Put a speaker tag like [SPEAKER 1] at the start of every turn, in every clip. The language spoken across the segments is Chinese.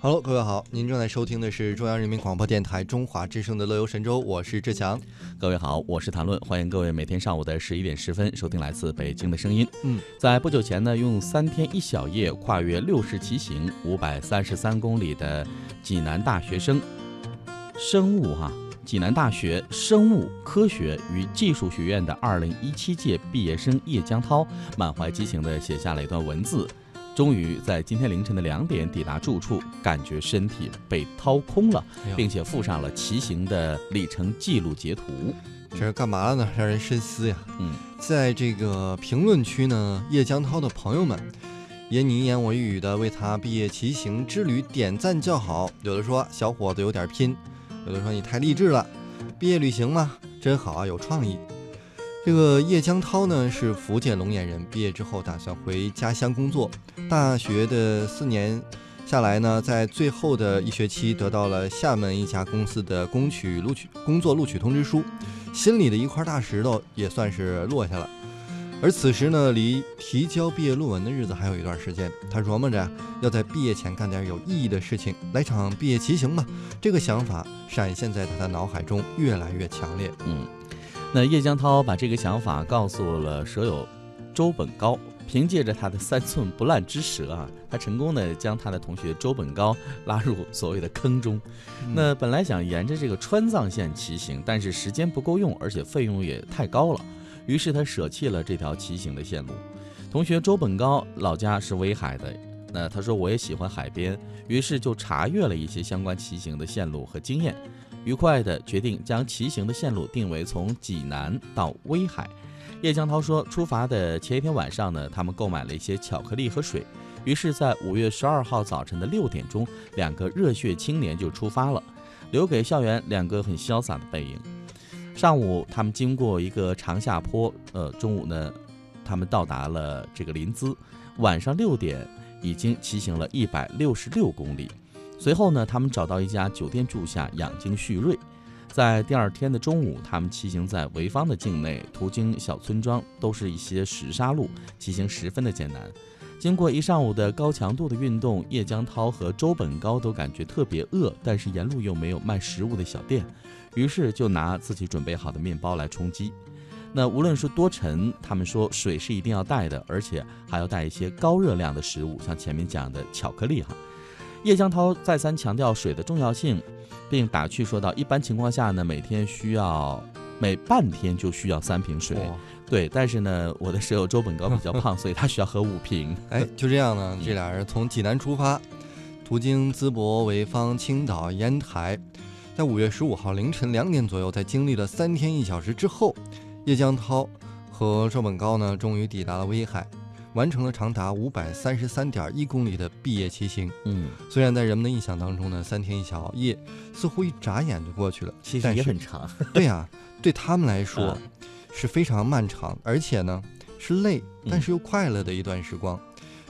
[SPEAKER 1] Hello，各位好，您正在收听的是中央人民广播电台中华之声的《乐游神州》，我是志强。
[SPEAKER 2] 各位好，我是谭论，欢迎各位每天上午的十一点十分收听来自北京的声音。
[SPEAKER 1] 嗯，
[SPEAKER 2] 在不久前呢，用三天一小夜跨越六十骑行五百三十三公里的济南大学生生物哈、济南大学生物科学与技术学院的二零一七届毕业生叶江涛，满怀激情地写下了一段文字。终于在今天凌晨的两点抵达住处，感觉身体被掏空了，
[SPEAKER 1] 哎呦
[SPEAKER 2] 并且附上了骑行的里程记录截图。
[SPEAKER 1] 这是干嘛了呢？让人深思呀。
[SPEAKER 2] 嗯，
[SPEAKER 1] 在这个评论区呢，叶江涛的朋友们也你一言我一语的为他毕业骑行之旅点赞叫好。有的说小伙子有点拼，有的说你太励志了，毕业旅行嘛，真好啊，有创意。这个叶江涛呢是福建龙岩人，毕业之后打算回家乡工作。大学的四年下来呢，在最后的一学期得到了厦门一家公司的工取录取工作录取通知书，心里的一块大石头也算是落下了。而此时呢，离提交毕业论文的日子还有一段时间，他琢磨着要在毕业前干点有意义的事情，来场毕业骑行吧。这个想法闪现在他的脑海中，越来越强烈。
[SPEAKER 2] 嗯，那叶江涛把这个想法告诉了舍友周本高，凭借着他的三寸不烂之舌啊，他成功的将他的同学周本高拉入所谓的坑中。那本来想沿着这个川藏线骑行，但是时间不够用，而且费用也太高了，于是他舍弃了这条骑行的线路。同学周本高老家是威海的，那他说我也喜欢海边，于是就查阅了一些相关骑行的线路和经验，愉快地决定将骑行的线路定为从济南到威海。叶江涛说，出发的前一天晚上呢，他们购买了一些巧克力和水，于是，在五月十二号早晨的六点钟，两个热血青年就出发了，留给校园两个很潇洒的背影。上午，他们经过一个长下坡，呃，中午呢，他们到达了这个林兹，晚上六点已经骑行了一百六十六公里。随后呢，他们找到一家酒店住下，养精蓄锐。在第二天的中午，他们骑行在潍坊的境内，途经小村庄，都是一些石沙路，骑行十分的艰难。经过一上午的高强度的运动，叶江涛和周本高都感觉特别饿，但是沿路又没有卖食物的小店，于是就拿自己准备好的面包来充饥。那无论是多沉，他们说水是一定要带的，而且还要带一些高热量的食物，像前面讲的巧克力哈。叶江涛再三强调水的重要性，并打趣说道：“一般情况下呢，每天需要每半天就需要三瓶水。
[SPEAKER 1] 哇
[SPEAKER 2] 对，但是呢，我的舍友周本高比 较胖，所以他需要喝五瓶。
[SPEAKER 1] 哎，就这样呢，这俩人从济南出发，途经淄博、潍坊、青岛、烟台，在五月十五号凌晨两点左右，在经历了三天一小时之后，叶江涛和赵本高呢，终于抵达了威海，完成了长达五百三十三点一公里的毕业骑行。
[SPEAKER 2] 嗯，
[SPEAKER 1] 虽然在人们的印象当中呢，三天一小夜似乎一眨眼就过去了，
[SPEAKER 2] 其
[SPEAKER 1] 但
[SPEAKER 2] 实也
[SPEAKER 1] 是
[SPEAKER 2] 很长。
[SPEAKER 1] 对呀、对他们来说
[SPEAKER 2] 嗯
[SPEAKER 1] 是非常漫长，而且呢是累，但是又快乐的一段时光。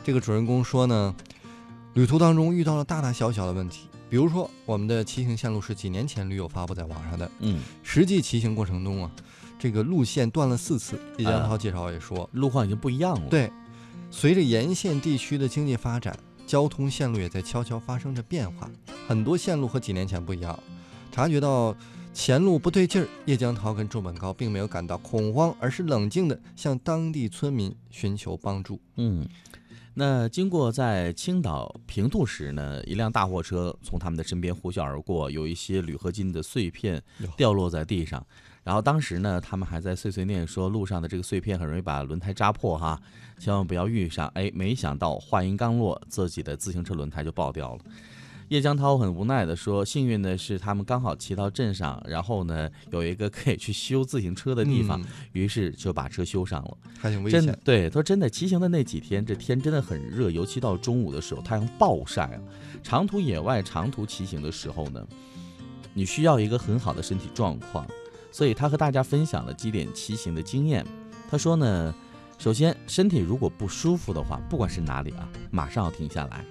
[SPEAKER 1] 这个主人公说呢，旅途当中遇到了大大小小的问题，比如说我们的骑行线路是几年前驴友发布在网上的，
[SPEAKER 2] 嗯，
[SPEAKER 1] 实际骑行过程中啊，这个路线断了四次。叶江涛介绍也说，
[SPEAKER 2] 路况已经不一样了。，
[SPEAKER 1] 对，随着沿线地区的经济发展，交通线路也在悄悄发生着变化，很多线路和几年前不一样。察觉到前路不对劲儿，叶江涛跟周本高并没有感到恐慌，而是冷静地向当地村民寻求帮助。
[SPEAKER 2] 嗯。那经过在青岛平度时呢，一辆大货车从他们的身边呼啸而过，有一些铝合金的碎片
[SPEAKER 1] 哟
[SPEAKER 2] 掉落在地上。然后当时呢，他们还在碎碎念说路上的这个碎片很容易把轮胎扎破哈，千万不要遇上。哎，没想到话音刚落，自己的自行车轮胎就爆掉了。叶江涛很无奈地说：“幸运的是，他们刚好骑到镇上，然后呢，有一个可以去修自行车的地方，
[SPEAKER 1] 嗯
[SPEAKER 2] 于是就把车修上了。
[SPEAKER 1] 还挺危
[SPEAKER 2] 真
[SPEAKER 1] 险。
[SPEAKER 2] 对，他说真的，骑行的那几天，这天真的很热，尤其到中午的时候，太阳暴晒啊。长途野外、长途骑行的时候呢，你需要一个很好的身体状况，所以他和大家分享了几点骑行的经验。他说呢，首先身体如果不舒服的话，不管是哪里啊，马上要停下来。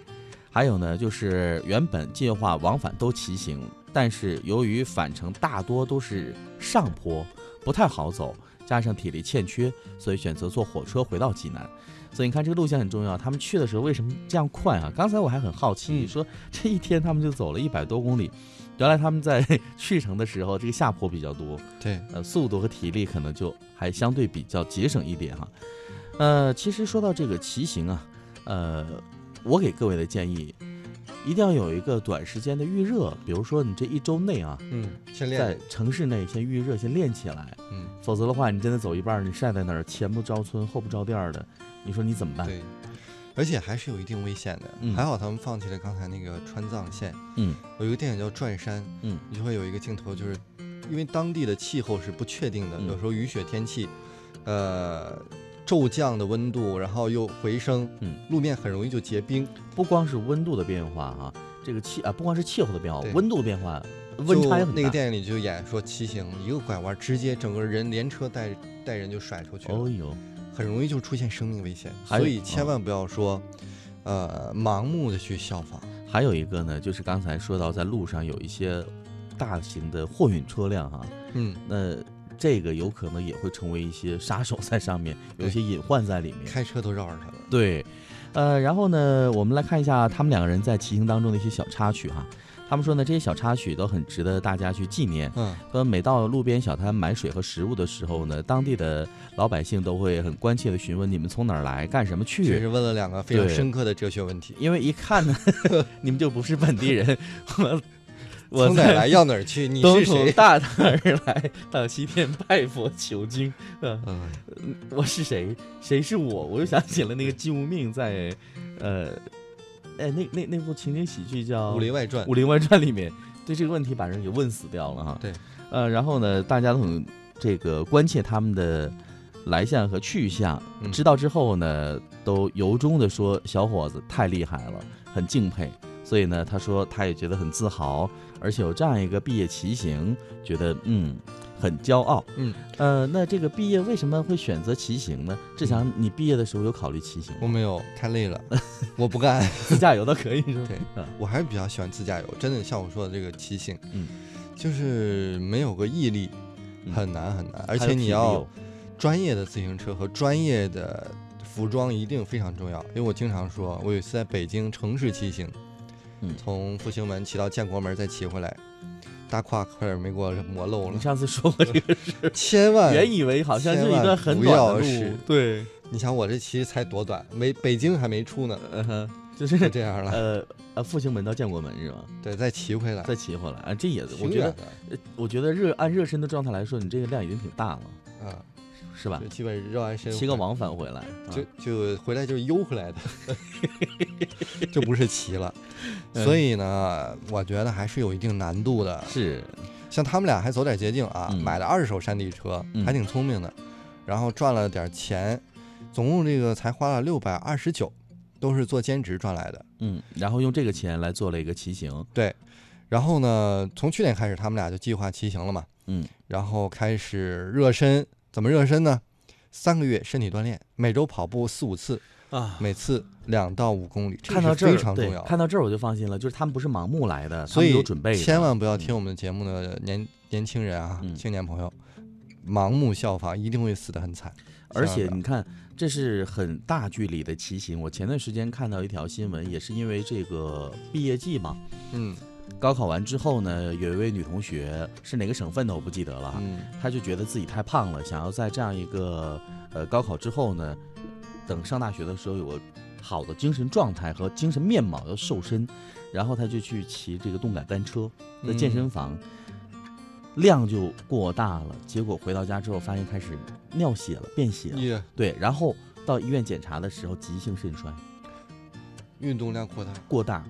[SPEAKER 2] 还有呢，就是原本计划往返都骑行，但是由于返程大多都是上坡，不太好走，加上体力欠缺，所以选择坐火车回到济南。所以你看这个路线很重要。他们去的时候为什么这样快啊？刚才我还很好奇，
[SPEAKER 1] 嗯
[SPEAKER 2] 说这一天他们就走了一百多公里，原来他们在 去程的时候这个下坡比较多，
[SPEAKER 1] 对，
[SPEAKER 2] 呃，速度和体力可能就还相对比较节省一点哈。呃，其实说到这个骑行啊，呃，我给各位的建议，一定要有一个短时间的预热，比如说你这一周内啊，
[SPEAKER 1] 嗯，先
[SPEAKER 2] 在
[SPEAKER 1] 练，
[SPEAKER 2] 城市内先预热，先练起来，
[SPEAKER 1] 嗯，
[SPEAKER 2] 否则的话，你真的走一半儿，你晒在那儿，前不着村后不着店儿的，你说你怎么办？
[SPEAKER 1] 对，而且还是有一定危险的。
[SPEAKER 2] 啊嗯
[SPEAKER 1] 还好他们放弃了刚才那个川藏线。
[SPEAKER 2] 嗯，
[SPEAKER 1] 有一个电影叫《转山》，
[SPEAKER 2] 嗯，
[SPEAKER 1] 你就会有一个镜头，就是因为当地的气候是不确定的，
[SPEAKER 2] 嗯
[SPEAKER 1] 有时候雨雪天气，呃，骤降的温度，然后又回升，
[SPEAKER 2] 嗯，
[SPEAKER 1] 路面很容易就结冰，
[SPEAKER 2] 不光是温度的变化啊，这个气啊，不光是气候的变化
[SPEAKER 1] 对，
[SPEAKER 2] 温度的变化，温差也
[SPEAKER 1] 就
[SPEAKER 2] 很大。
[SPEAKER 1] 那个电影里就演说骑行一个拐弯，直接整个人连车带带人就甩出去了，
[SPEAKER 2] 哦呦，
[SPEAKER 1] 很容易就出现生命危险，
[SPEAKER 2] 还有
[SPEAKER 1] 所以千万不要说，呃，盲目的去效仿。
[SPEAKER 2] 还有一个呢，就是刚才说到在路上有一些大型的货运车辆哈、
[SPEAKER 1] 嗯，
[SPEAKER 2] 那这个有可能也会成为一些杀手在上面，有一些隐患在里面。
[SPEAKER 1] 开车都绕着它了。
[SPEAKER 2] 对，呃，然后呢，我们来看一下他们两个人在骑行当中的一些小插曲哈。他们说呢，这些小插曲都很值得大家去纪念。
[SPEAKER 1] 嗯，
[SPEAKER 2] 说每到路边小摊买水和食物的时候呢，当地的老百姓都会很关切地询问你们从哪儿来，干什么
[SPEAKER 1] 这
[SPEAKER 2] 去。
[SPEAKER 1] 是问了两个非常
[SPEAKER 2] 对
[SPEAKER 1] 深刻的哲学问题：
[SPEAKER 2] 因为一看 呢，你们就不是本地人。我我
[SPEAKER 1] 从哪儿
[SPEAKER 2] 在
[SPEAKER 1] 来，要哪儿去，你
[SPEAKER 2] 东
[SPEAKER 1] 是
[SPEAKER 2] 土
[SPEAKER 1] 谁？
[SPEAKER 2] 大唐而来，到西天拜佛求经。呃，
[SPEAKER 1] 嗯，
[SPEAKER 2] 我是谁？谁是我？我又想起了那个金无命在，呃，哎，那那那部情景喜剧叫
[SPEAKER 1] 《武林外传》
[SPEAKER 2] 武林外传》里面，对这个问题把人给问死掉了哈。
[SPEAKER 1] 对，
[SPEAKER 2] 呃，然后呢，大家都很这个关切他们的来向和去向，
[SPEAKER 1] 嗯
[SPEAKER 2] 知道之后呢，都由衷的说小伙子太厉害了，很敬佩。所以呢，他说他也觉得很自豪，而且有这样一个毕业骑行，觉得嗯很骄傲。
[SPEAKER 1] 嗯，
[SPEAKER 2] 呃，那这个毕业为什么会选择骑行呢？志强，你毕业的时候有考虑骑行
[SPEAKER 1] 嗯我
[SPEAKER 2] 吗？
[SPEAKER 1] 没有，太累 了，我不干。
[SPEAKER 2] 自驾游倒可以是吧？
[SPEAKER 1] 对我还是比较喜欢自驾游，真的像我说的这个骑行，
[SPEAKER 2] 嗯，
[SPEAKER 1] 就是没有个毅力，
[SPEAKER 2] 嗯
[SPEAKER 1] 很难很难，而
[SPEAKER 2] 还
[SPEAKER 1] 且
[SPEAKER 2] 有
[SPEAKER 1] 你
[SPEAKER 2] 体力
[SPEAKER 1] 要
[SPEAKER 2] 有
[SPEAKER 1] 专业的自行车和专业的服装一定非常重要，因为我经常说，我有一次在北京城市骑行，
[SPEAKER 2] 嗯
[SPEAKER 1] 从复兴门骑到建国门再骑回来，大胯快点没 给我磨漏
[SPEAKER 2] 你
[SPEAKER 1] 了，
[SPEAKER 2] 上次说过这个，
[SPEAKER 1] 千万
[SPEAKER 2] 原以为好像是一段很
[SPEAKER 1] 千万
[SPEAKER 2] 短
[SPEAKER 1] 不要
[SPEAKER 2] 的
[SPEAKER 1] 是
[SPEAKER 2] 路，对，
[SPEAKER 1] 你想我这骑才多短，没北京还没出呢，
[SPEAKER 2] 嗯哼，就
[SPEAKER 1] 就是这样 了，
[SPEAKER 2] 呃呃，复兴门到建国门是吧？
[SPEAKER 1] 对，再骑回来，
[SPEAKER 2] 再骑回来啊，这也我
[SPEAKER 1] 挺
[SPEAKER 2] 觉
[SPEAKER 1] 远
[SPEAKER 2] 得，
[SPEAKER 1] 的
[SPEAKER 2] 呃我觉得热按热身的状态来说，你这个量已经挺大了，
[SPEAKER 1] 啊，
[SPEAKER 2] 是吧
[SPEAKER 1] 就？基本绕完身
[SPEAKER 2] 骑个
[SPEAKER 1] 回来
[SPEAKER 2] 往返回来，啊
[SPEAKER 1] 就就回来就是悠回来的， 就不是骑了。
[SPEAKER 2] 嗯
[SPEAKER 1] 所以呢，我觉得还是有一定难度的。
[SPEAKER 2] 是
[SPEAKER 1] 像他们俩还走点捷径啊，
[SPEAKER 2] 嗯
[SPEAKER 1] 买了二手山地车，还
[SPEAKER 2] 嗯
[SPEAKER 1] 挺聪明的，然后赚了点钱，总共这个才花了六百二十九，都是做兼职赚来的。
[SPEAKER 2] 嗯，然后用这个钱来做了一个骑行，
[SPEAKER 1] 然后呢，从去年开始，他们俩就计划骑行了嘛，
[SPEAKER 2] 嗯，
[SPEAKER 1] 然后开始热身。怎么热身呢？三个月身体锻炼，每周跑步四五次，
[SPEAKER 2] 啊。
[SPEAKER 1] 每次两到五公里，这个
[SPEAKER 2] 看到
[SPEAKER 1] 是
[SPEAKER 2] 这儿，
[SPEAKER 1] 非常重
[SPEAKER 2] 对
[SPEAKER 1] 要，的。
[SPEAKER 2] 看到这儿我就放心了，就是他们不是盲目来的，他
[SPEAKER 1] 所
[SPEAKER 2] 们
[SPEAKER 1] 以
[SPEAKER 2] 有准备的，
[SPEAKER 1] 千万不要听我们的节目的年年轻人啊，
[SPEAKER 2] 嗯
[SPEAKER 1] 青年朋友，盲目效仿一定会死得很惨。
[SPEAKER 2] 而且
[SPEAKER 1] 千万
[SPEAKER 2] 你看，这是很大距离的骑行。我前段时间看到一条新闻，也是因为这个毕业季嘛，
[SPEAKER 1] 不要嗯
[SPEAKER 2] 高考完之后呢，有一位女同学是哪个省份的我不记得了啊，
[SPEAKER 1] 嗯，
[SPEAKER 2] 她就觉得自己太胖了，想要在这样一个呃高考之后呢，等上大学的时候有个好的精神状态和精神面貌，要瘦身，然后她就去骑这个动感单车，在健
[SPEAKER 1] 嗯
[SPEAKER 2] 身房。量就过大了，结果回到家之后发现开始尿血了，便血了。
[SPEAKER 1] 也
[SPEAKER 2] 对，然后到医院检查的时候，急性肾衰
[SPEAKER 1] 运动量过大，
[SPEAKER 2] 过大，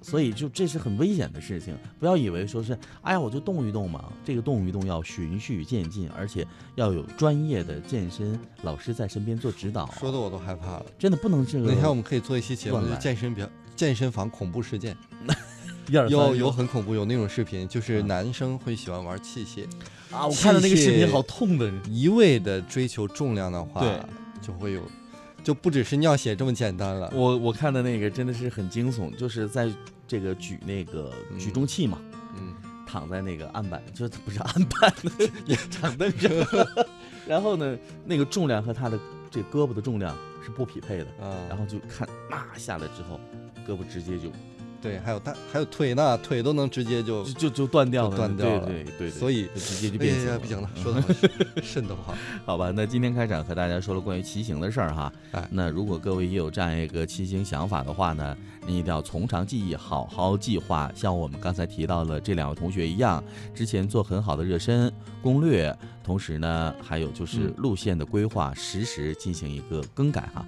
[SPEAKER 2] 所以就这是很危险的事情。不要以为说是，哎呀，我就动一动嘛，这个动一动要循序渐进，而且要有专业的健身老师在身边做指导。
[SPEAKER 1] 说的我都害怕了。
[SPEAKER 2] 真的不能这个
[SPEAKER 1] 哪天我们可以做一期节目，
[SPEAKER 2] 乱
[SPEAKER 1] 就
[SPEAKER 2] 来
[SPEAKER 1] 健身表健身房恐怖事件，
[SPEAKER 2] 一二三
[SPEAKER 1] 有有
[SPEAKER 2] 有
[SPEAKER 1] 很恐怖，有那种视频，就是
[SPEAKER 2] 嗯
[SPEAKER 1] 男生会喜欢玩器械，
[SPEAKER 2] 啊，我看到那个视
[SPEAKER 1] 器
[SPEAKER 2] 频
[SPEAKER 1] 械
[SPEAKER 2] 好痛的，
[SPEAKER 1] 一味的追求重量的话
[SPEAKER 2] 对，
[SPEAKER 1] 就会有，就不只是尿血这么简单了。
[SPEAKER 2] 我我看的那个真的是很惊悚，就是在这个举那个举重器嘛，
[SPEAKER 1] 嗯，
[SPEAKER 2] 躺在那个案板，就是 不是案板，长凳上。然后呢，那个重量和他的这胳膊的重量是不匹配的，
[SPEAKER 1] 啊，
[SPEAKER 2] 然后就看那下来之后，胳膊直接就
[SPEAKER 1] 对，还有大还有腿呢，腿都能直接就
[SPEAKER 2] 就就就断掉了，
[SPEAKER 1] 就断掉了
[SPEAKER 2] 对对对对，
[SPEAKER 1] 所以
[SPEAKER 2] 就直接就
[SPEAKER 1] 哎
[SPEAKER 2] 变形
[SPEAKER 1] 呀
[SPEAKER 2] 了。嗯
[SPEAKER 1] 不行了，说的好瘆得慌。
[SPEAKER 2] 好吧，那今天开展和大家说了关于骑行的事儿哈。
[SPEAKER 1] 哎
[SPEAKER 2] 那如果各位也有这样一个骑行想法的话呢，你一定要从长计议，好好计划。像我们刚才提到了这两位同学一样，之前做很好的热身攻略，同时呢，还有就是
[SPEAKER 1] 嗯
[SPEAKER 2] 路线的规划，实时进行一个更改哈。